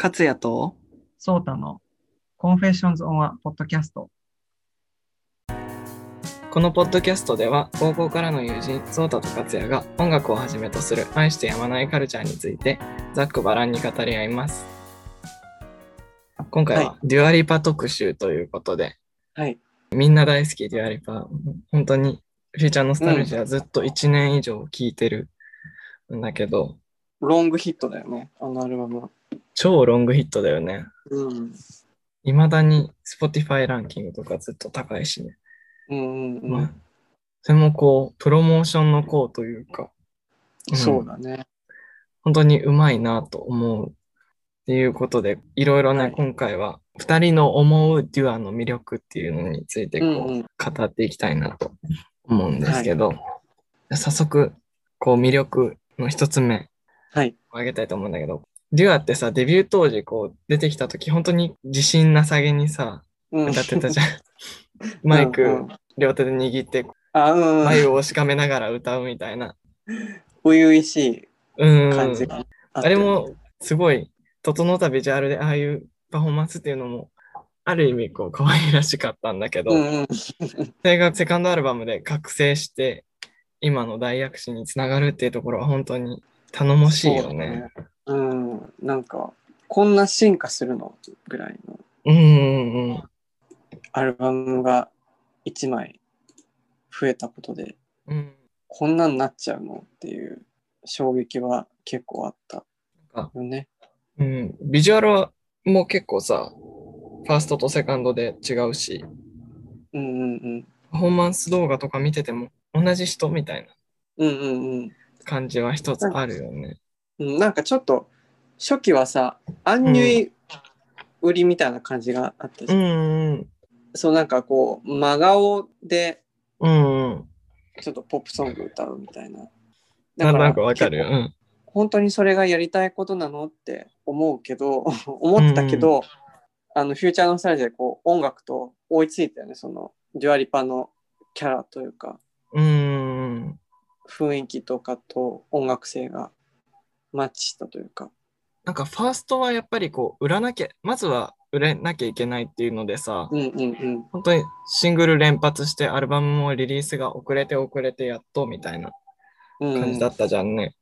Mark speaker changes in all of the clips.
Speaker 1: 勝也と
Speaker 2: ソータの Confessions on a Podcast。
Speaker 3: このポッドキャストでは高校からの友人ゾータと勝也が音楽をはじめとする愛してやまないカルチャーについてざっくばらんに語り合います。今回ははデュアリパ特集ということで、
Speaker 1: はい
Speaker 3: みんな大好きデュアリパ本当にフィーチャーノスタルジアずっと1年以上聴いてるんだけど、
Speaker 1: ロングヒットだよねあのアルバムは
Speaker 3: 超ロングヒットだよね。
Speaker 1: うん
Speaker 3: いまだに Spotify ランキングとかずっと高いしね。
Speaker 1: うんうん、う
Speaker 3: まあ
Speaker 1: ん、
Speaker 3: それもこう、プロモーションの功というか、うん
Speaker 1: そうだね
Speaker 3: 本当にうまいなと思う。っていうことで、いろいろね、
Speaker 1: はい
Speaker 3: 今回は、二人の思うデュアの魅力っていうのについ
Speaker 1: う
Speaker 3: てこう、
Speaker 1: んうん
Speaker 3: 語っていきたいなと思うんですけど、早速、こう、魅力の一つ目
Speaker 1: はい
Speaker 3: を挙げたいと思うんだけど、デュアってさ、デビュー当時、こう、出てきた時、本当に自信なさげにさ、
Speaker 1: うん
Speaker 3: 歌ってたじゃん。マイ
Speaker 1: う
Speaker 3: ク
Speaker 1: んうん
Speaker 3: 両手で握って、
Speaker 1: あうんうん
Speaker 3: 眉をしかめながら歌うみたいな。
Speaker 1: 初々しい
Speaker 3: うん。
Speaker 1: 感じがあっ
Speaker 3: あ
Speaker 1: て
Speaker 3: れもすごい、整ったビジュアルでああいうパフォーマンスっていうのも、ある意味こう可愛らしかったんだけど、
Speaker 1: うんうん
Speaker 3: それがセカンドアルバムで覚醒して、今の大躍進につながるっていうところは本当に頼もしいよね。
Speaker 1: そうだねうんなんかこんな進化するのぐらいの
Speaker 3: ううんうん
Speaker 1: アルバムが1枚増えたことで
Speaker 3: うん。
Speaker 1: こんなんなっちゃうのっていう衝撃は結構あった
Speaker 3: あ
Speaker 1: よね。
Speaker 3: うん、ビジュアルはもう結構さ、ファーストとセカンドで違うし、
Speaker 1: うんうんうん。
Speaker 3: パフォーマンス動画とか見てても同じ人みたいな
Speaker 1: うんうん
Speaker 3: 感じは一つあるよね。
Speaker 1: うんうん。なんかちょっと初期はさ、アンニュイ売りみたいな感じがあったじ
Speaker 3: う
Speaker 1: ゃん
Speaker 3: んうん
Speaker 1: そうなんかこう真顔で
Speaker 3: うんうん。
Speaker 1: ちょっとポップソング歌うみたいな。
Speaker 3: ななんかわかるよ。うん。
Speaker 1: 本当にそれがやりたいことなのって思うけど 思ってたけど、あのフューチャーのスタジオでこう音楽と追いついたよねそのデュアリパのキャラというか
Speaker 3: うーん。
Speaker 1: 雰囲気とかと音楽性がマッチしたというか。
Speaker 3: なんかファーストはやっぱりこう売らなきゃまずは売れなきゃいけないっていうのでさ、
Speaker 1: うんうんうん。
Speaker 3: 本当にシングル連発してアルバムもリリースが遅れて遅れてやっとみたいな
Speaker 1: うん
Speaker 3: 感じだったじゃんね。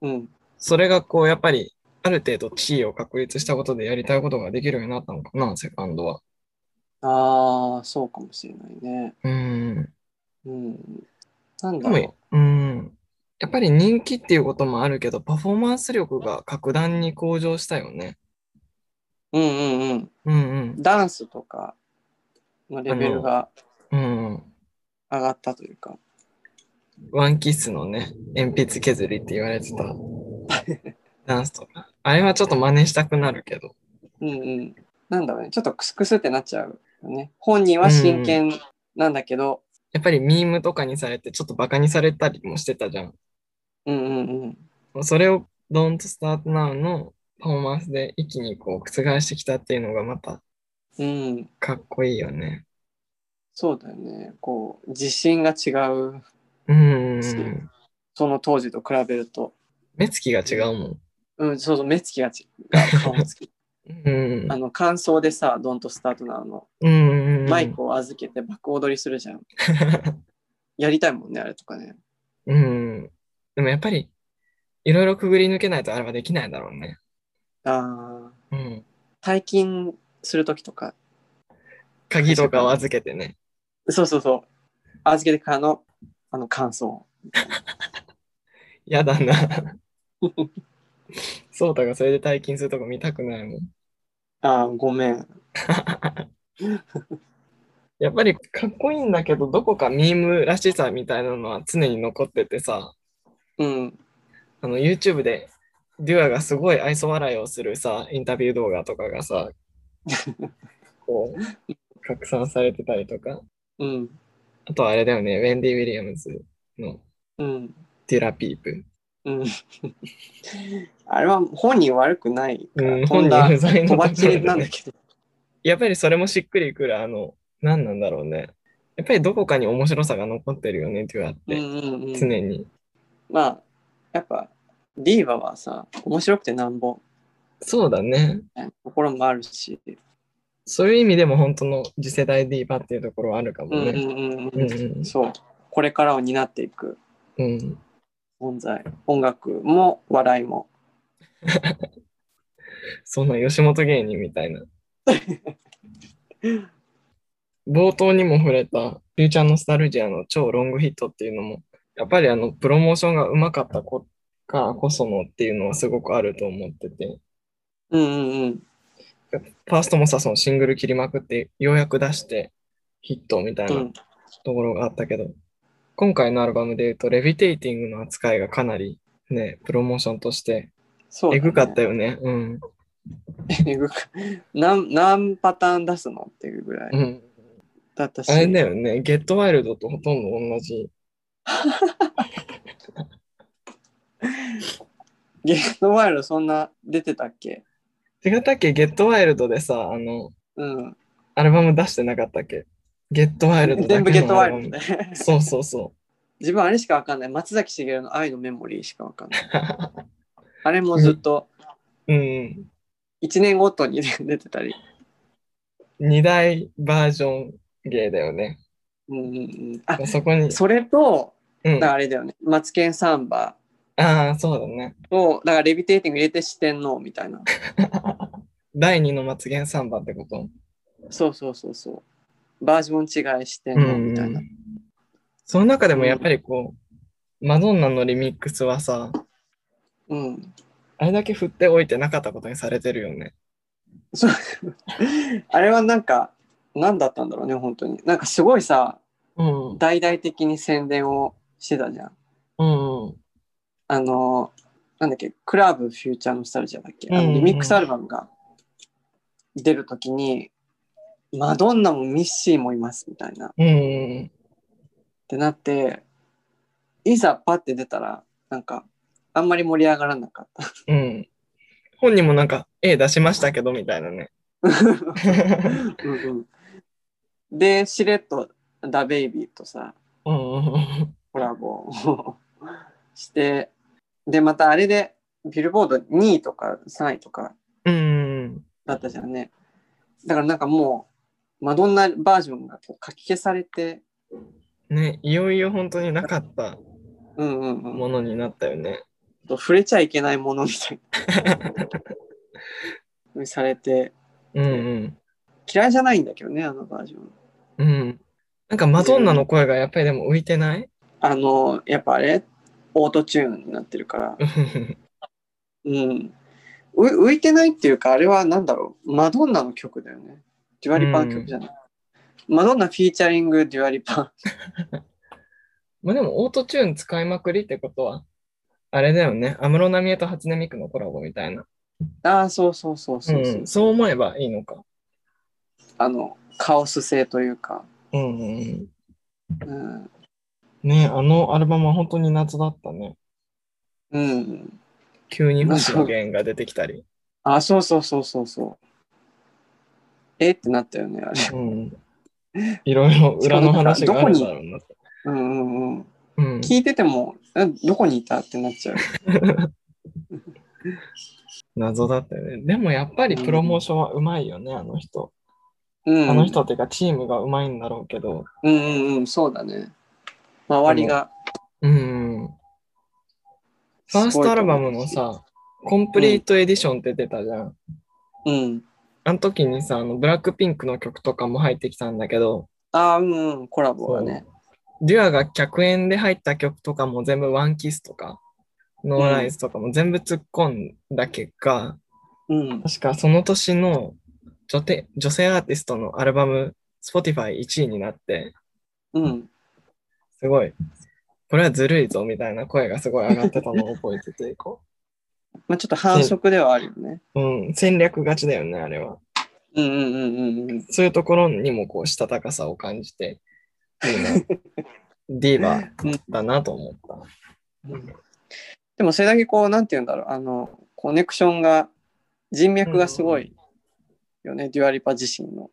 Speaker 1: うん、
Speaker 3: それがこうやっぱりある程度地位を確立したことでやりたいことができるようになったのかな、セカンドは。
Speaker 1: ああそうかもしれないね。
Speaker 3: うーん。
Speaker 1: うん、なん
Speaker 3: で
Speaker 1: だろう
Speaker 3: も、うん。やっぱり人気っていうこともあるけど、パフォーマンス力が格段に向上したよね。
Speaker 1: うんうんうん。
Speaker 3: うん
Speaker 1: ダンスとかのレベルが
Speaker 3: うん。うんうん。
Speaker 1: 上がったというか。
Speaker 3: ワンキスのね、鉛筆削りって言われてたダンスとか。あれはちょっと真似したくなるけど。
Speaker 1: うんうん。なんだろうね。ちょっとクスクスってなっちゃうよね。本人は真剣なんだけど、
Speaker 3: やっぱりミームとかにされて、ちょっとバカにされたりもしてたじゃん。
Speaker 1: うんうんうん。
Speaker 3: それを Don't Start Now のパフォーマンスで一気にこう覆してきたっていうのがまた
Speaker 1: うん。
Speaker 3: かっこいいよね。
Speaker 1: そうだよね。こう、自信が違う。
Speaker 3: うん。
Speaker 1: その当時と比べると。
Speaker 3: 目つきが違うもん。
Speaker 1: うん、そうそう、目つきが違う。顔つき。
Speaker 3: うん
Speaker 1: あ。の、感想でさ、ドンとスタートなの。
Speaker 3: うん。
Speaker 1: マイクを預けてバック踊りする じゃん。やりたいもんね、あれとかね。
Speaker 3: うん。でもやっぱり、いろいろくぐり抜けないとあれはできないだろうね。
Speaker 1: ああ、
Speaker 3: うん。
Speaker 1: 退勤するときとか。
Speaker 3: 鍵とかを預けてね。
Speaker 1: そうそうそう。預けてからの、あの、感想。
Speaker 3: やだな。そうたがそれで退勤するとこ見たくないもん。
Speaker 1: ああ、ごめん。
Speaker 3: やっぱりかっこいいんだけど、どこかミームらしさみたいなのは常に残っててさ、
Speaker 1: うん。
Speaker 3: あの YouTube でデュアがすごい愛想笑いをするさ、インタビュー動画とか がさ、こう、拡散されてたりとか、
Speaker 1: うん。
Speaker 3: あとはあれだよね、ウェンディ・ウィリアムズの
Speaker 1: うん。
Speaker 3: デュラ・ピープ。
Speaker 1: うん。 あれは本人悪くないから、
Speaker 3: う
Speaker 1: 飛
Speaker 3: ん、本
Speaker 1: ん
Speaker 3: 人
Speaker 1: だ
Speaker 3: 不在の
Speaker 1: と
Speaker 3: とこ
Speaker 1: ばっ
Speaker 3: ろ
Speaker 1: ち
Speaker 3: で
Speaker 1: りなん
Speaker 3: ね
Speaker 1: だけど。
Speaker 3: やっぱりそれもしっくりくる、あの、何なんだろうね。やっぱりどこかに面白さが残ってるよ ね、デュアっ
Speaker 1: うん
Speaker 3: て、
Speaker 1: うんうん、
Speaker 3: 常に。
Speaker 1: まあ、やっぱ、ディーバはさ、面白くてなんぼ。
Speaker 3: そうだね。
Speaker 1: なところもあるし、
Speaker 3: そういう意味でも本当の次世代ディーバっていうところはあるかも
Speaker 1: うんうん
Speaker 3: ね。
Speaker 1: うん
Speaker 3: うん、
Speaker 1: うん、そう、これからを担っていく
Speaker 3: うん、うん。
Speaker 1: 存在、音楽も笑いも。
Speaker 3: そんな吉本芸人み たいな。冒頭にも触れた、フューチャーノスタルジアの超ロングヒットっていうのも、やっぱりあの、プロモーションがうまかったこからこそのっていうのはすごくあると思ってて、
Speaker 1: うんうんうん。、
Speaker 3: ファーストもさ、そのシングル切りまくって、ようやく出してヒットみたいうなんところがあったけど、今回のアルバムで言うと、レビテイティングの扱いがかなりね、プロモーションとして、
Speaker 1: そう、
Speaker 3: えぐかったよね。うん。
Speaker 1: えぐか何何パターン出すのっていうぐら
Speaker 3: う
Speaker 1: い
Speaker 3: ん。
Speaker 1: だったし、
Speaker 3: あれだよね、ゲットワイルドとほとんど同じ。
Speaker 1: ゲットワイルドそんな出てたっけ
Speaker 3: 違ったっけゲットワイルドでさ、あの、
Speaker 1: うん。
Speaker 3: アルバム出してなかったっけゲットワイルドだけ
Speaker 1: 全
Speaker 3: の
Speaker 1: 部ゲットワイ
Speaker 3: ア
Speaker 1: ルド
Speaker 3: ルバム
Speaker 1: ね。
Speaker 3: そうそうそ
Speaker 1: 自分あれしかわかんない。松崎しげるの愛のメモリーしかわかんない。
Speaker 3: う。
Speaker 1: あれもずっと
Speaker 3: うん。
Speaker 1: 1年ごとに出てたり。
Speaker 3: 二大バージョン芸だよね。
Speaker 1: うんうんうん、あ
Speaker 3: そこに。
Speaker 1: それと、
Speaker 3: うん、
Speaker 1: だから
Speaker 3: あ
Speaker 1: あれだよね。マツケンサンバ
Speaker 3: あー、そうだね。
Speaker 1: と、だからレビテーティング入れて四天王みたいな。
Speaker 3: 第二のまつげん3番ってこと
Speaker 1: そうそうそうそう。バージョン違い四天王みたいな。
Speaker 3: その中でもやっぱりこう、マドンナのリミックスはさ、
Speaker 1: うん。
Speaker 3: あれだけ振っておいてなかったことにされてるよね。
Speaker 1: そう。あれはなんか、何だったんだろうね、本当に。なんかすごいさ、
Speaker 3: うん。うん
Speaker 1: 大々的に宣伝をしてたじゃん。
Speaker 3: うん。
Speaker 1: あの、なんだっけ、クラブフューチャーのスタルジアだっけ、あ
Speaker 3: うん
Speaker 1: の
Speaker 3: うん
Speaker 1: リミックスアルバムが出るときに、マドンナもミッシーもいますみたいな。っ
Speaker 3: うん。
Speaker 1: てなって、いざパって出たら、なんか、あんまり盛り上がらなかった。
Speaker 3: うん。本人もなんか、絵出しましたけど、みたいなね。
Speaker 1: うんうんで、しれっとダベイビーとさ、
Speaker 3: うんうんうん
Speaker 1: コラボを して、で、またあれで、ビルボード2位とか3位とか
Speaker 3: うんうん。
Speaker 1: だったじゃんね。だからなんかもう、マドンナバージョンがこう書き消されて、
Speaker 3: ね、いよいよ本当になかった
Speaker 1: うんうんうん、
Speaker 3: ものになったよね。
Speaker 1: と触れちゃいけないものみたいなされて、
Speaker 3: うん
Speaker 1: 嫌いじゃないんだけどね、あのバージョン。
Speaker 3: うん。うん。なんかマドンナの声がやっぱりでも浮いてない
Speaker 1: あの、やっぱあれ、オートチューンになってるから、うん。う浮いてないっていうか、あれはなんだろう、マドンナの曲だよね。デュアリパの曲じゃない。マドンナフィーチャリング デュアリパ。
Speaker 3: まあでもオートチューン使いまくりってことは、あれだよね。安室奈美恵と初音ミクのコラボみたいな。
Speaker 1: ああ、そうそうそうそうそう、
Speaker 3: うんそう思えばいいのか。
Speaker 1: あの、カオス性というか。
Speaker 3: うんうん
Speaker 1: うん
Speaker 3: うん。ねあのアルバムは本当に夏だったね。
Speaker 1: うん。
Speaker 3: 急に星野源が出てきたり。
Speaker 1: あ、そうそうそうそうそう。えってなったよね、あれ。
Speaker 3: うん。いろいろ裏の話があるんだろうな。
Speaker 1: うんうんうん。
Speaker 3: うん。
Speaker 1: 聞いてても、えどこにいたってなっちゃう。
Speaker 3: 謎だったよね。でもやっぱりプロモーションはうまいよね、あの人。
Speaker 1: うん。
Speaker 3: あの人っていうかチームがうまいんだろうけど。
Speaker 1: うんうんうん、そうだね。周りが。
Speaker 3: うん。ファーストアルバムのさ、コンプリートエディションって出たじゃん。
Speaker 1: うん。
Speaker 3: あの時にさ、あのブラックピンクの曲とかも入ってきたんだけど、
Speaker 1: あーうんうん、コラボがね。
Speaker 3: デュアが客演で入った曲とかも全部ワンキスとか、ノーライズとかも全部突っ込んだ結果、
Speaker 1: うん。
Speaker 3: 確かその年の女て女性アーティストのアルバム、Spotify1 位になって、
Speaker 1: うん。
Speaker 3: すごい、これはずるいぞみたいな声がすごい上がってたのを覚えてて、 こ
Speaker 1: まあちょっと反則ではあるよね。
Speaker 3: う、うん、戦略勝ちだよね、あれは。
Speaker 1: うんうんうんうんうん。
Speaker 3: そういうところにもこう、したたかさを感じて、いいなディーバーだなと思った。
Speaker 1: でもそれだけこう、なんて言うんだろう、あの、コネクションが、人脈がすごいよね、デュアリパ自身の。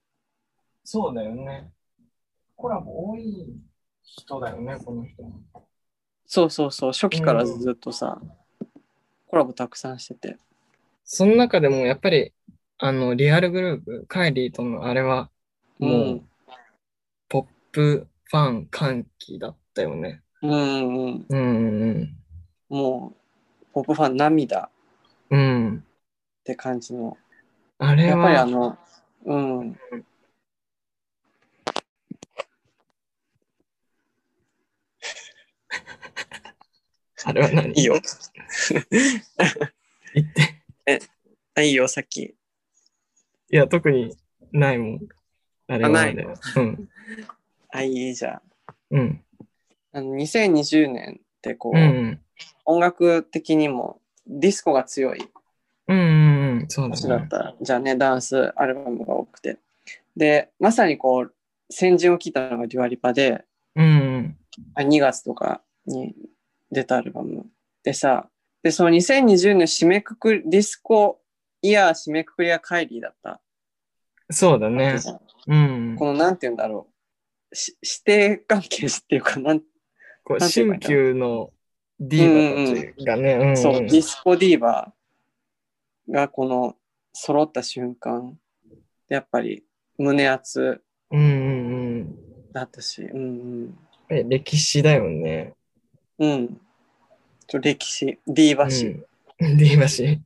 Speaker 3: そうだよね。コラボ多い人だよね、この人。
Speaker 1: そうそうそう、初期からずっとさ、コラボたくさんしてて。
Speaker 3: その中でもやっぱり、あの、リアルグループ、カイリーとのあれは、
Speaker 1: う、
Speaker 3: もうんポップファン歓喜だったよね。
Speaker 1: うんうん、
Speaker 3: うんうん
Speaker 1: もう、ポップファン涙っ
Speaker 3: うん。うん。
Speaker 1: て感じの。
Speaker 3: あれ
Speaker 1: やっぱりあ
Speaker 3: は、
Speaker 1: の、うん。
Speaker 3: あれは何
Speaker 1: いい よ。
Speaker 3: 言って。
Speaker 1: あ、いいよ、さっき。
Speaker 3: いや、特にないもん。あれは
Speaker 1: ない
Speaker 3: まだうん。
Speaker 1: あ、いいえじゃあ。
Speaker 3: うん。
Speaker 1: あの2020年ってこう、
Speaker 3: うんうん。
Speaker 1: 音楽的にもディスコが強い
Speaker 3: うんうんうん。そう
Speaker 1: 年だ
Speaker 3: だね
Speaker 1: っ。たじゃあねダンスアルバムが多くてでまさにこう先陣を切ったのがデュアリパで
Speaker 3: うんうん。
Speaker 1: あ2月とかに出たアルバムでさでその2020年締めくくりディスコイヤー締めくくりはカイリーだった
Speaker 3: そうだ
Speaker 1: わ
Speaker 3: ね
Speaker 1: け。じゃん
Speaker 3: うん。
Speaker 1: このなんて言うんだろうし指定関係っていうかなん、
Speaker 3: こう、
Speaker 1: なんていうか
Speaker 3: 新旧のディーバたちがね、うんうん
Speaker 1: そうディスコディーバーがこの揃った瞬間やっぱり胸熱
Speaker 3: うんうんうん。
Speaker 1: だったし、うん
Speaker 3: え歴史だよね。
Speaker 1: うん。うん。ちょ歴史、ディーバシ。
Speaker 3: うん、 ディーバシ。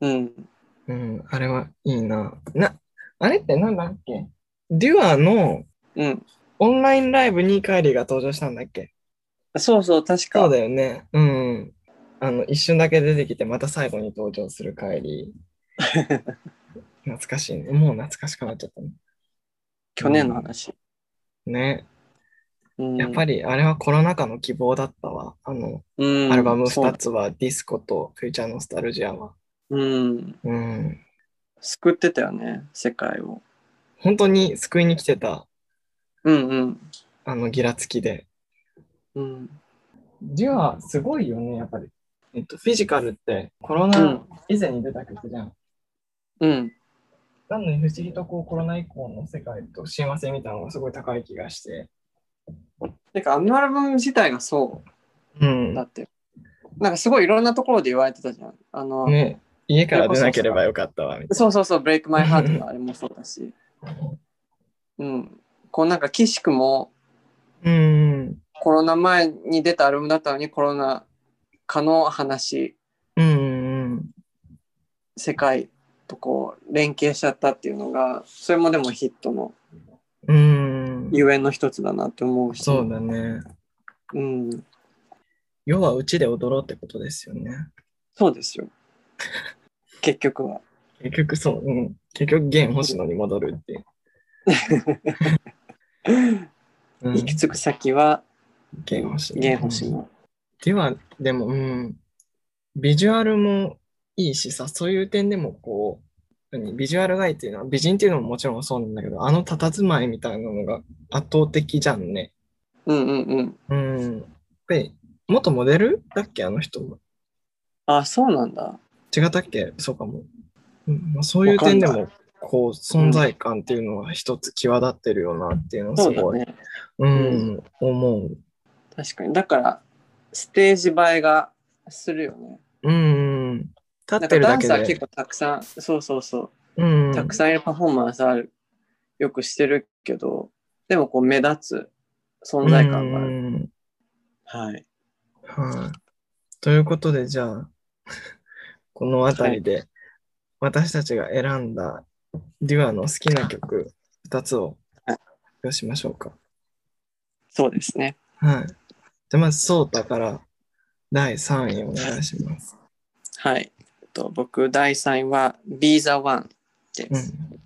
Speaker 1: うん。
Speaker 3: うん。あれはいいな。な、あれってなんだっけデュアの
Speaker 1: うん。
Speaker 3: オンラインライブにカイリーが登場したんだっけ
Speaker 1: そうそう、確か。
Speaker 3: そうだよね。うんうん。あの、一瞬だけ出てきて、また最後に登場する帰り。 懐かしいね。もう懐かしくなっちゃったね。
Speaker 1: 去年の話。
Speaker 3: ね。
Speaker 1: うん、
Speaker 3: やっぱり、あれはコロナ禍の希望だったわ。あの、
Speaker 1: うん、
Speaker 3: アルバム
Speaker 1: そ
Speaker 3: 2
Speaker 1: う
Speaker 3: つは、ディスコとフューチャーノスタルジアは。
Speaker 1: うん。
Speaker 3: うん。
Speaker 1: 救ってたよね、世界を。
Speaker 3: 本当に救いに来てた、
Speaker 1: うんうん。
Speaker 3: あの、ギラつきで。
Speaker 1: うん、
Speaker 3: デュア、すごいよね、やっぱり。えっと、フィジカルって、コロ
Speaker 1: う
Speaker 3: ナ
Speaker 1: ん
Speaker 3: 以前に出た曲じゃん。
Speaker 1: うん、
Speaker 3: なのに不思議とこうコロナ以降の世界と親和性みたいなのがすごい高い気がして。
Speaker 1: てかあのアルバム自体がそううんだって、なんかすごいいろんなところで言われてたじゃんあの、
Speaker 3: ね、家から出なければよかったわ、みたい
Speaker 1: そうそうそう「Break My Heart」とかあ れもそうだしうんこうなんか岸くも
Speaker 3: な。うん。
Speaker 1: コロナ前に出たアルバムだったのにコロナ禍の話
Speaker 3: うん。
Speaker 1: 世界とこう連携しちゃったっていうのがそれもでもヒットの
Speaker 3: うん。
Speaker 1: ゆえんの一つだなって思うし
Speaker 3: そうだね。
Speaker 1: うん、
Speaker 3: 要はうちで踊ろうってことですよね。
Speaker 1: そうですよ結局は
Speaker 3: 結局そう、うん。結局、ゲン星野に戻るっていう。 うん
Speaker 1: 行き着く先は
Speaker 3: ゲン星野。
Speaker 1: ゲン星。の
Speaker 3: では、でも、うん。ビジュアルもいいしさ、そういう点でもこう、何ビジュアルがいいっていうのは、美人っていうのももちろんそうなんだけど、あの佇まいみたいなのが圧倒的じゃんね。
Speaker 1: うんうんうん
Speaker 3: うん。で、元モデルだっけあの人も。
Speaker 1: あそうなんだ
Speaker 3: 違ったっけそうかも。うんまあ、そういう点で
Speaker 1: わかん
Speaker 3: も、こう、存在感っていうのは一つ際立ってるよなっていうのはす
Speaker 1: そうだ
Speaker 3: ごい、
Speaker 1: ね
Speaker 3: うん、思う。
Speaker 1: 確かにだからステージ映えがするよね
Speaker 3: うん。立
Speaker 1: なんか
Speaker 3: ってる
Speaker 1: ダ
Speaker 3: だ
Speaker 1: ン
Speaker 3: け
Speaker 1: サー結
Speaker 3: で。
Speaker 1: 構たくさんそうそうそう
Speaker 3: うん。
Speaker 1: たくさんいるパフォーマンスある、よくしてるけど、でもこう目立つ存在感がある。
Speaker 3: うん
Speaker 1: はい。
Speaker 3: はい。ということで、じゃあ、 この辺りで、私たちが選んだデュアの好きな曲2つを
Speaker 1: はい
Speaker 3: 発表しましょうか。
Speaker 1: そうですね。
Speaker 3: はい。じゃあまず、ソータから第3位お願いします。
Speaker 1: はい。えっと僕、第3位は Be the One です。
Speaker 3: うん。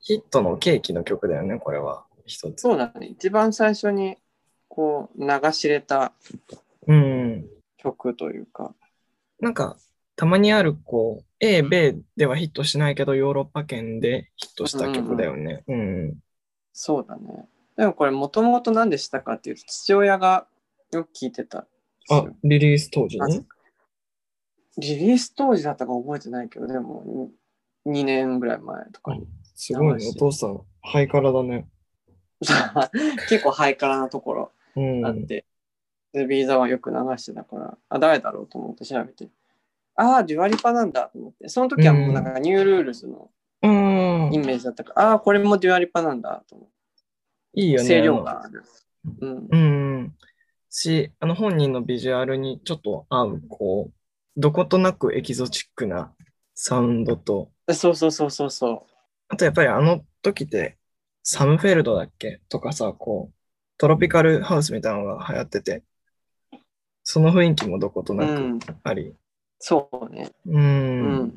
Speaker 3: ヒットのケーキの曲だよね、これは。一つ。
Speaker 1: そうだね。一番最初にこう流しれた
Speaker 3: うん。
Speaker 1: 曲というか。
Speaker 3: なんか、たまにある、こう、A、米ではヒットしないけど、ヨーロッパ圏でヒットした曲だよね。うん。
Speaker 1: そうだね。でもこれもともと何でしたかっていうと、父親がよく聞いてたんです
Speaker 3: あ
Speaker 1: よ。、
Speaker 3: リリース当時
Speaker 1: なぜ
Speaker 3: ね。
Speaker 1: かリリース当時だったか覚えてないけど、でも2年ぐらい前とかに
Speaker 3: すごいね、お父さん、ハイカラだね。
Speaker 1: 結構ハイカラなところ
Speaker 3: うん
Speaker 1: あっ。て、でビーザはよく流してたから、あ、誰だろうと思って調べて、ああ、デュアリパなんだと思って、その時はもうなんかニュールールズの
Speaker 3: うん
Speaker 1: イ。メージだったから、ああ、これもデュアリパなんだと思っ
Speaker 3: いい
Speaker 1: て、
Speaker 3: よね。
Speaker 1: 声量がある。うん。
Speaker 3: うん。し、あの本人のビジュアルにちょっと合う、こう、どことなくエキゾチックなサウンドと、
Speaker 1: そうそうそうそうそ
Speaker 3: あとやっぱりあの時って、サムフェルドだっけとかさ、こう、トロピカルハウスみたいなのが流行ってて、その雰囲気もどこと
Speaker 1: う。う
Speaker 3: なく
Speaker 1: ん。
Speaker 3: あり。
Speaker 1: そうね。
Speaker 3: う。
Speaker 1: うんん。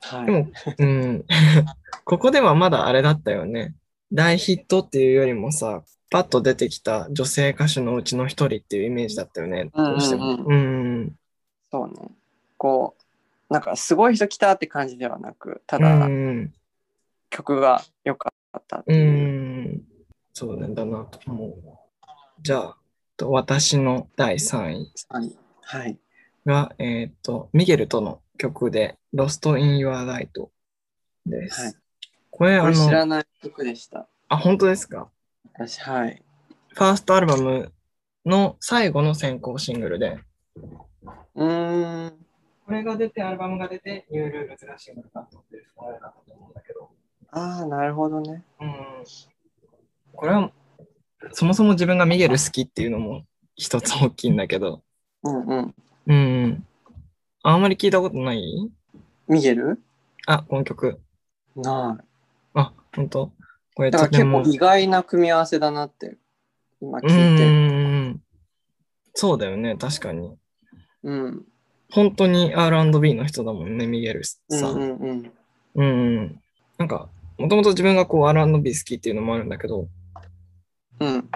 Speaker 1: はい。
Speaker 3: でもうん、 ここではまだあれだったよね。大ヒットっていうよりもさ、パッと出てきた女性歌手のうちの一人っていうイメージだったよね。
Speaker 1: うんうんうん
Speaker 3: どうしても。うん。
Speaker 1: そうね。こう、なんかすごい人来たって感じではなく、た
Speaker 3: う
Speaker 1: だ
Speaker 3: ん。
Speaker 1: 曲が良かったって
Speaker 3: う
Speaker 1: いう。
Speaker 3: ん。そうなんだなと思う。じゃあ、と私の第3位
Speaker 1: はい。はい。
Speaker 3: が、えっ、と、ミゲルとの曲で、Lost in Your Light です。
Speaker 1: はい
Speaker 3: これ、
Speaker 1: こ
Speaker 3: あ
Speaker 1: れ知ら
Speaker 3: の、
Speaker 1: ない曲でした。
Speaker 3: あ、本当ですか
Speaker 1: 私、はい。
Speaker 3: ファーストアルバムの最後の先行シングルで、
Speaker 1: うーん。
Speaker 3: これが出て、アルバムが出て、ニュールールズがシングルカットっていう人もあるかと思うんだけど、
Speaker 1: ああ、なるほどね。
Speaker 3: うん。これは、そもそも自分がミゲル好きっていうのも一つ大きいんだけど、
Speaker 1: うんうん。
Speaker 3: うん。あんまり聞いたことない
Speaker 1: ミゲル
Speaker 3: あ、この曲。
Speaker 1: な
Speaker 3: あ、ほんと。これ
Speaker 1: い。だから
Speaker 3: とて
Speaker 1: 結
Speaker 3: も
Speaker 1: 構意外な組み合わせだなって、今
Speaker 3: うん
Speaker 1: 聞いて。
Speaker 3: うんうん。そうだよね、確かに。
Speaker 1: うん。
Speaker 3: 本当に R&B の人だもんね、ミゲルさ
Speaker 1: うんうんうん。
Speaker 3: うんうん。なんか、もともと自分がこう R&B 好きっていうのもあるんだけど、
Speaker 1: うん。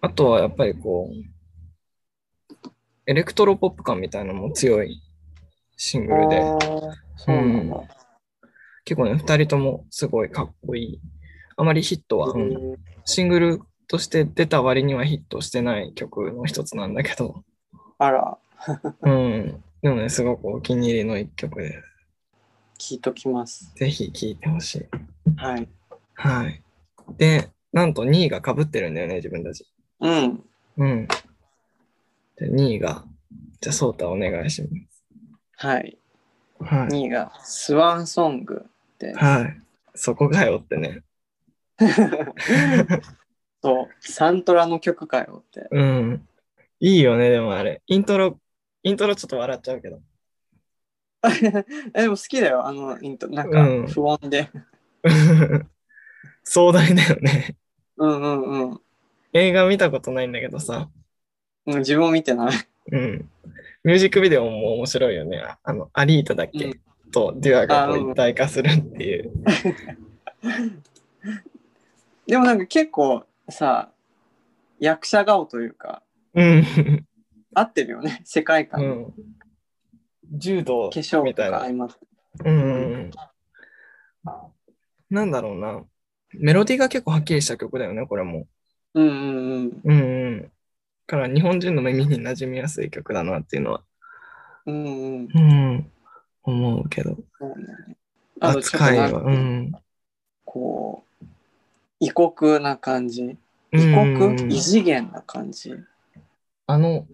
Speaker 3: あとはやっぱりこう、エレクトロポップ感みたいなのも強いシングルで、
Speaker 1: あーそうなんだ。
Speaker 3: 結構ね、二人ともすごいかっこいい。あまりヒットは、うん
Speaker 1: うん
Speaker 3: シングルとして出た割にはヒットしてない曲の一つなんだけど、
Speaker 1: あら、
Speaker 3: うん。でもね、すごくお気に入りの一曲で、
Speaker 1: 聞いときます。
Speaker 3: ぜひ聴いてほしい。
Speaker 1: はい。
Speaker 3: はい。で、なんと2位が被ってるんだよね、自分たち。
Speaker 1: うん。
Speaker 3: うん。じゃあ2位が、じゃあ、ソータお願いし
Speaker 1: はい。
Speaker 3: ます。はい。
Speaker 1: 2位が、スワンソングで、
Speaker 3: はい。そこかよってね。
Speaker 1: そう、サントラの曲かよって。
Speaker 3: うん。いいよね、でもあれ。イントロ、イントロちょっと笑っちゃうけど。
Speaker 1: えでも好きだよ、あのイント、なん
Speaker 3: うん
Speaker 1: か不穏で。
Speaker 3: 壮大だよね。
Speaker 1: うんうんうん
Speaker 3: 映画見たことないんだけどさ。
Speaker 1: うん。自分も見てない。
Speaker 3: うん。ミュージックビデオも面白いよね。ああの、アリータだっけ、
Speaker 1: う
Speaker 3: とデュアが
Speaker 1: あ
Speaker 3: こう
Speaker 1: うん
Speaker 3: 一体化するっていう。
Speaker 1: でもなんか結構さ、役者顔というか、
Speaker 3: うん。
Speaker 1: 合ってるよね、世界
Speaker 3: う
Speaker 1: 観。
Speaker 3: ん。柔道
Speaker 1: 化粧
Speaker 3: み
Speaker 1: と
Speaker 3: たい
Speaker 1: か
Speaker 3: な
Speaker 1: 相まって。
Speaker 3: うんなんだろうな。メロディーが結構はっきりした曲だよね、これも。
Speaker 1: うんうんうん
Speaker 3: うんうん。から日本人の耳に馴染みやすい曲だなっていうのは、
Speaker 1: うんうん。
Speaker 3: うん、思うけど。
Speaker 1: そうだよねあとちょっと
Speaker 3: 扱い
Speaker 1: な
Speaker 3: は。
Speaker 1: んか
Speaker 3: うん。
Speaker 1: こう、異国な感じ。異
Speaker 3: うん
Speaker 1: 国、異次元な感じ。
Speaker 3: あの、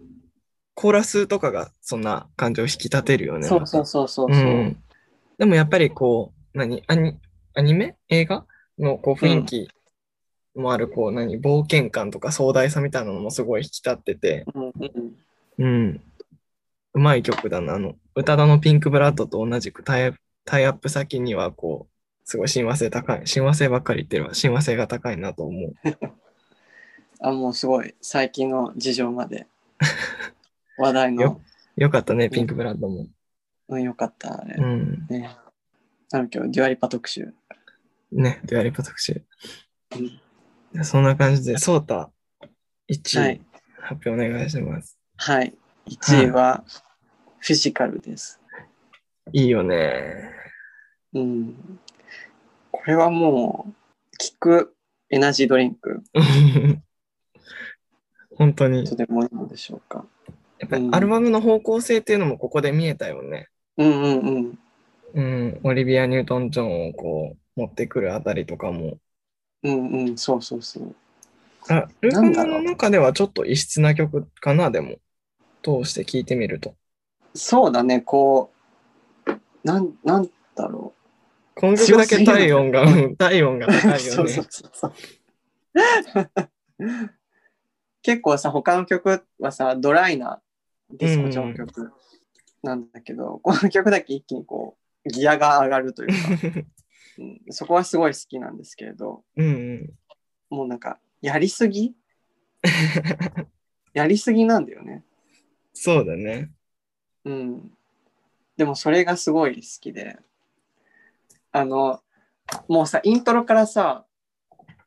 Speaker 3: コーラスとかがそんな感情を引き立てるよね。
Speaker 1: そうそうそうそうそう。
Speaker 3: うん、でもやっぱりこう、何アニアニメ映画のこう雰囲気もある、こう、何冒険感とか壮大さみたいなのもすごい引き立ってて、
Speaker 1: うんうん
Speaker 3: うん。うまい曲だな。あの、宇多田のピンクブラッドと同じくタイアタイアップ先には、こう、すごい親和性高い。親和性ばっかり言ってるわ。親和性が高いなと思う。
Speaker 1: あ、もうすごい、最近の事情ま で。話題の
Speaker 3: よ。よかったね、ピンクブラッドも。
Speaker 1: うん、よかった、あれ
Speaker 3: う。ん。
Speaker 1: ね。なるけど、デュアリパ特集。
Speaker 3: ね、デュアリパ特集
Speaker 1: うん。
Speaker 3: じゃあそんな感じで、ソータ、
Speaker 1: は
Speaker 3: 1位
Speaker 1: い、
Speaker 3: 発表お願いします。
Speaker 1: はい。1位は、フィジカルです。
Speaker 3: いいよね。
Speaker 1: うん。これはもう、効くエナジードリンク
Speaker 3: 本当に。
Speaker 1: とでもいいのでしょうか。
Speaker 3: やっぱりアルバムの方向性っていうのもここで見えたよね。
Speaker 1: うんうんうん。
Speaker 3: うん、オリビア・ニュートン・ジョンをこう持ってくるあたりとかも、
Speaker 1: うんうん、そうそうそう。
Speaker 3: あル
Speaker 1: な
Speaker 3: カ
Speaker 1: んだ
Speaker 3: ム
Speaker 1: ろう
Speaker 3: の中ではちょっと異質な曲かな、でも、通して聴いてみると。
Speaker 1: そうだね、こう、なん、なんだろ
Speaker 3: 今曲だけ体温が、うん体温が
Speaker 1: う。
Speaker 3: 高い
Speaker 1: そ
Speaker 3: よ
Speaker 1: うそう
Speaker 3: ね。
Speaker 1: そうそう。 結構さ、他の曲はさ、ドライなディスコ調の曲なんだけど、この曲だけ一気にこう、ギアが上がるというか、うんそこはすごい好きなんですけれど、
Speaker 3: うんうん。
Speaker 1: もうなんか、やりすぎやりすぎなんだよね。
Speaker 3: そうだね。
Speaker 1: うん。でもそれがすごい好きで。あの、もうさ、イントロからさ、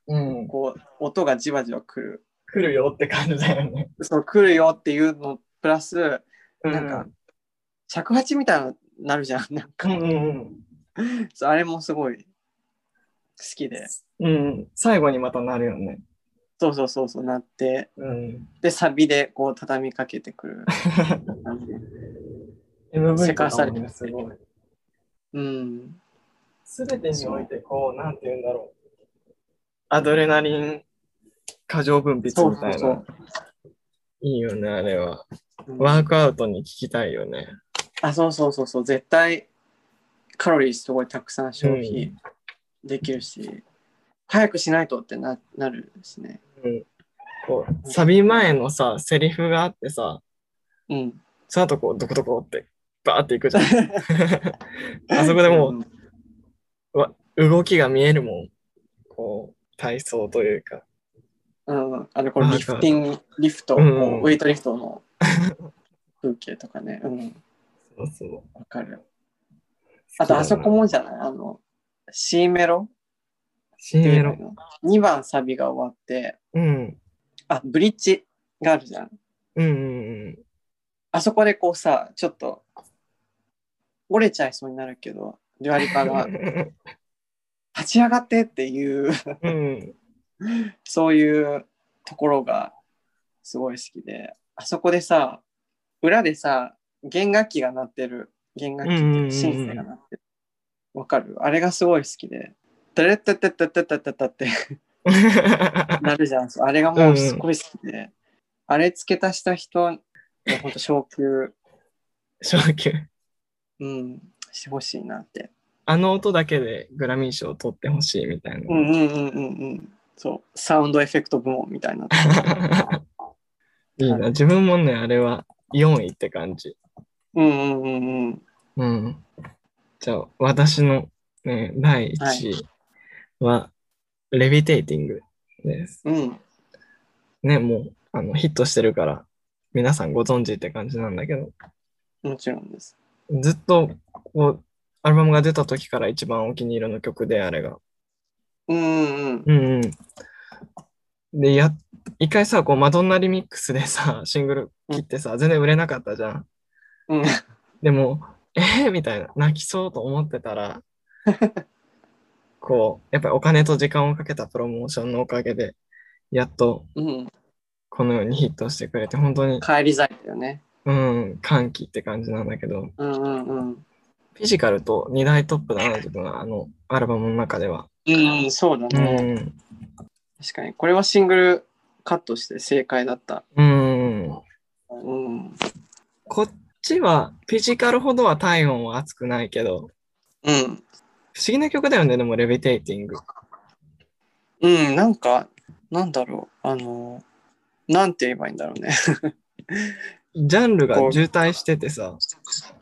Speaker 3: うん。
Speaker 1: こう、音がじわじわ来る。
Speaker 3: 来るよって感じだよね。
Speaker 1: そう、来るよっていうの、プラス、
Speaker 3: う
Speaker 1: なんか、尺八みたいになるじゃん。 なんか、
Speaker 3: うんうん
Speaker 1: そうあれもすごい好きで。
Speaker 3: うん。うん。最後にまたなるよね。
Speaker 1: そうそうそうそう、なって、
Speaker 3: うん。
Speaker 1: で、サビでこう、畳みかけてくる感じ。
Speaker 3: MV
Speaker 1: せ
Speaker 3: と
Speaker 1: か
Speaker 3: か
Speaker 1: さ
Speaker 3: も
Speaker 1: れ
Speaker 3: ね
Speaker 1: て
Speaker 3: すごい。
Speaker 1: うん。
Speaker 3: すべてにおいてこう、なんて言うんだろう。アドレナリン過剰分泌みたいな。
Speaker 1: そうそうそう。
Speaker 3: いいよね、あれは。
Speaker 1: うん
Speaker 3: ワークアウトに効きたいよね。
Speaker 1: あ、そうそうそうそう、絶対カロリーすごいたくさん消費できるし、早くしないとってななるしね。
Speaker 3: うん。こう、サビ前のさ、セリフがあってさ、
Speaker 1: うん。
Speaker 3: その後こう、どこどこって、バーっていくじ ゃん。あそこでも
Speaker 1: うん、
Speaker 3: うわ、動きが見えるもん。こう、体操というか。
Speaker 1: うん、あの、このリフティング、リフト、
Speaker 3: うん
Speaker 1: こうウェイトリフトの風景とかね、うん、
Speaker 3: そうそう。
Speaker 1: わかる。あと、あそこ。もじゃないあの、C メロ
Speaker 3: C メロ。
Speaker 1: 2番サビが終わって、
Speaker 3: うん。
Speaker 1: あ、ブリッジがあるじゃん。
Speaker 3: うんうんうん。
Speaker 1: あそこでこうさ、ちょっと、折れちゃいそうになるけど、デュアリパが 立ち上がってっていう、
Speaker 3: うん。
Speaker 1: そういうところがすごい好きで、あそこでさ、裏でさ、弦楽器が鳴ってる、弦楽器っていうかシンセが鳴ってる。わかるあれがすごい好きで、タレッタタタタタタタってなるじゃん。あれがもうすごい好きで、あれ付け足した人、ほんと昇級、
Speaker 3: 昇級。
Speaker 1: うん、してほしいなって
Speaker 3: あの音だけでグラミー賞を取ってほしいみたいな。
Speaker 1: うんうんうんうんうん。そう、サウンドエフェクト部門みたいな。
Speaker 3: いいな。自分もね、あれは4位って感じ。
Speaker 1: うんうんうんうん。
Speaker 3: うん。じゃあ、私の、ね、第1位は、レビテイティングです。
Speaker 1: うん
Speaker 3: ね、もう、あの、ヒットしてるから、皆さんご存知って感じなんだけど、
Speaker 1: もちろんです。
Speaker 3: ずっと、こう、アルバムが出た時から一番お気に入りの曲で、あれが。
Speaker 1: うんうん
Speaker 3: うんうん。で、や、一回さ、こう、マドンナリミックスでさ、 シングル切ってさ、全然売れなかったじゃん。
Speaker 1: うん。
Speaker 3: でも、えー、みたいな、泣きそうと思ってたら、こう、やっぱりお金と時間をかけたプロモーションのおかげで、やっと
Speaker 1: うん。
Speaker 3: このようにヒットしてくれて、本当に、
Speaker 1: 帰り咲いたよね。
Speaker 3: うん、歓喜って感じなんだけど、
Speaker 1: うんうんうん。
Speaker 3: フィジカルと二大トップだな、自分は、あの、アルバムの中では。
Speaker 1: うんうん、そうだ
Speaker 3: う
Speaker 1: ね。
Speaker 3: ん、
Speaker 1: 確かに。これはシングルカットして正解だった。
Speaker 3: うん。
Speaker 1: うん。
Speaker 3: こっちは、フィジカルほどは体温は熱くないけど、
Speaker 1: うん。
Speaker 3: 不思議な曲だよね、でも、レビテイティング。
Speaker 1: うん、なんか、なんだろう。あの、なんて言えばいいんだろうね。
Speaker 3: ジャンルが
Speaker 1: こう
Speaker 3: 渋滞しててさ、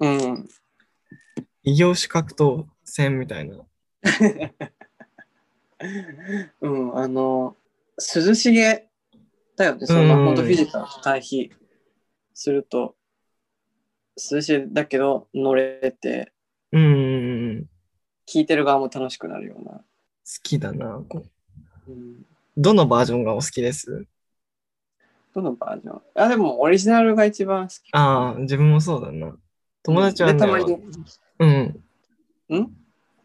Speaker 1: うん。
Speaker 3: 異業種格闘戦みたいな。
Speaker 1: うん、あの、涼しげだよね。そのまあ
Speaker 3: うん
Speaker 1: 本当フィジカルと対比すると、涼しいだけど乗れて、
Speaker 3: うんうんうん。
Speaker 1: 聴いてる側も楽しくなるような。
Speaker 3: 好きだな。こ
Speaker 1: う
Speaker 3: う
Speaker 1: ん、
Speaker 3: どのバージョンがお好きです
Speaker 1: どのバージョンあ、でもオリジナルが一番好き。
Speaker 3: ああ、自分もそうだな。友達は
Speaker 1: で
Speaker 3: ね、
Speaker 1: たまに、
Speaker 3: うん。
Speaker 1: ん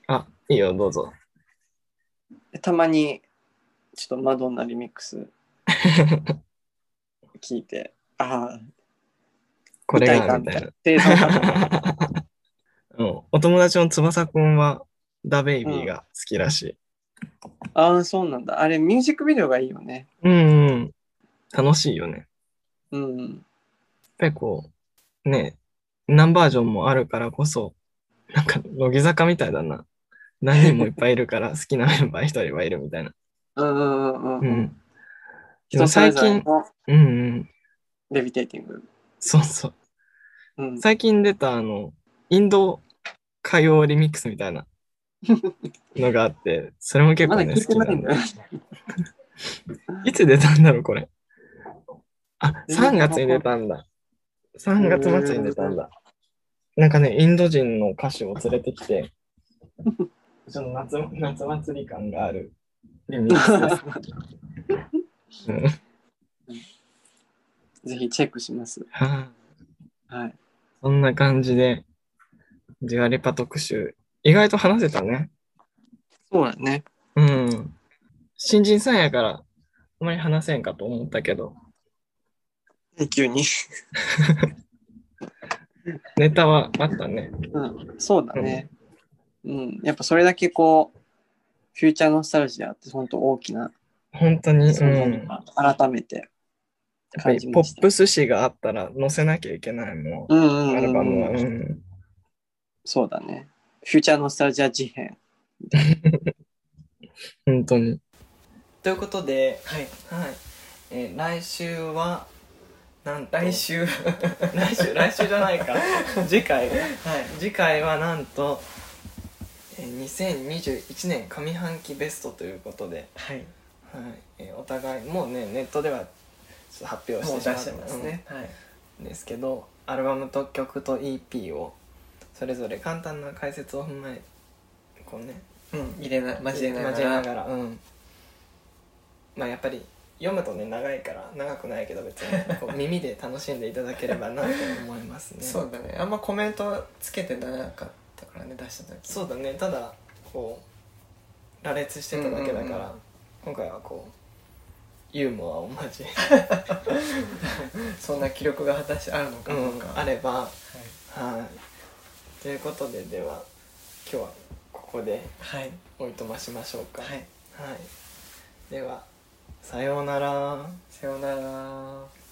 Speaker 3: あ、いいよ、どうぞ。
Speaker 1: でたまに、ちょっとマドンナリミック ス聴いて、ああ、
Speaker 3: これが、み
Speaker 1: み
Speaker 3: た
Speaker 1: たい
Speaker 3: い
Speaker 1: な。でその多分
Speaker 3: な。 うん、お友達の翼くんは、ダベイビーが好きらしい。
Speaker 1: ああ、そうなんだ。あれ、ミュージックビデオがいいよね。
Speaker 3: うん、うん。楽しいよね。
Speaker 1: うん。
Speaker 3: やっぱりこう、ね、何バージョンもあるからこそ、なんか乃木坂みたいだな。何人もいっぱいいるから 好きなメンバー一人はいるみたいな。
Speaker 1: うんうんう
Speaker 3: うん
Speaker 1: うん。
Speaker 3: ん。でも最近、
Speaker 1: の
Speaker 3: うんうん。
Speaker 1: レビテーティング。
Speaker 3: そうそう。
Speaker 1: うん。
Speaker 3: 最近出たあの、インド歌謡リミックスみたいなのがあって、それも結
Speaker 1: ま
Speaker 3: 構
Speaker 1: だ
Speaker 3: ね、
Speaker 1: 聞い
Speaker 3: 好
Speaker 1: て
Speaker 3: きな
Speaker 1: ない
Speaker 3: ん
Speaker 1: ん
Speaker 3: だ
Speaker 1: だよ。
Speaker 3: いつ出たんだろう、これ。あ、
Speaker 1: 全然
Speaker 3: 3月に出たんだ。3月末に出たんだ。なんかね、インド人の歌手を連れてきて、その夏夏祭り感があるリミックスです。うん
Speaker 1: ぜひチェックします。
Speaker 3: はあ
Speaker 1: はい。
Speaker 3: そんな感じで、ジガリパ特集。意外と話せたね。
Speaker 1: そうだね。
Speaker 3: うん。新人さんやから、あまり話せんかと思ったけど、
Speaker 1: 急に。
Speaker 3: ネタはあったね。
Speaker 1: うん。そうだね。うん。やっぱそれだけこう、フューチャーノスタルジアって本当大きな
Speaker 3: 本当に。
Speaker 1: 存
Speaker 3: う
Speaker 1: 在だ
Speaker 3: ん
Speaker 1: から改めて
Speaker 3: やっぱ
Speaker 1: 感
Speaker 3: り
Speaker 1: じ
Speaker 3: ポ
Speaker 1: まし
Speaker 3: ッ
Speaker 1: た。
Speaker 3: プス誌があったら載せなきゃいけないも、
Speaker 1: うんうんん
Speaker 3: ア
Speaker 1: う
Speaker 3: ル
Speaker 1: んう
Speaker 3: バムは。
Speaker 1: ん、
Speaker 3: うん
Speaker 1: そうだね。フューチャーノスタルジア事変。
Speaker 3: 本当に。ということで、はい。はい。えー来週は、なんと、来 週、来週、来週じゃないか。次回、はい。次回はなんと、えー2021年上半期ベストということで、
Speaker 4: はい、
Speaker 3: はい。えーお互い、もうね、ネットではちょっと発表
Speaker 4: もう
Speaker 3: し
Speaker 4: 出
Speaker 3: て
Speaker 4: し
Speaker 3: しまって
Speaker 4: ますね。はい、
Speaker 3: ですけどアルバムと曲と EP をそれぞれ簡単な解説を踏まえこうね
Speaker 4: うん、入れな、交えながら。
Speaker 3: 交えながらうんまあやっぱり読むとね長いから長くないけど別に こう耳で楽しんでいただければなと思いますね
Speaker 4: そうだね、あんまコメントつけてなかったからね、出した時。
Speaker 3: そうだねただこう羅列してただけ
Speaker 4: うん
Speaker 3: だから、
Speaker 4: うんうん
Speaker 3: 今回はこうユーモアを交
Speaker 4: そんな記録が果たしてあるの
Speaker 3: え、
Speaker 4: か
Speaker 3: う
Speaker 4: どうんか。、
Speaker 3: あ
Speaker 4: はい、
Speaker 3: ればはいということででは今日はここで
Speaker 4: はい、
Speaker 3: おいとましましょうか
Speaker 4: はい、
Speaker 3: はい、ではさようなら
Speaker 4: さようなら。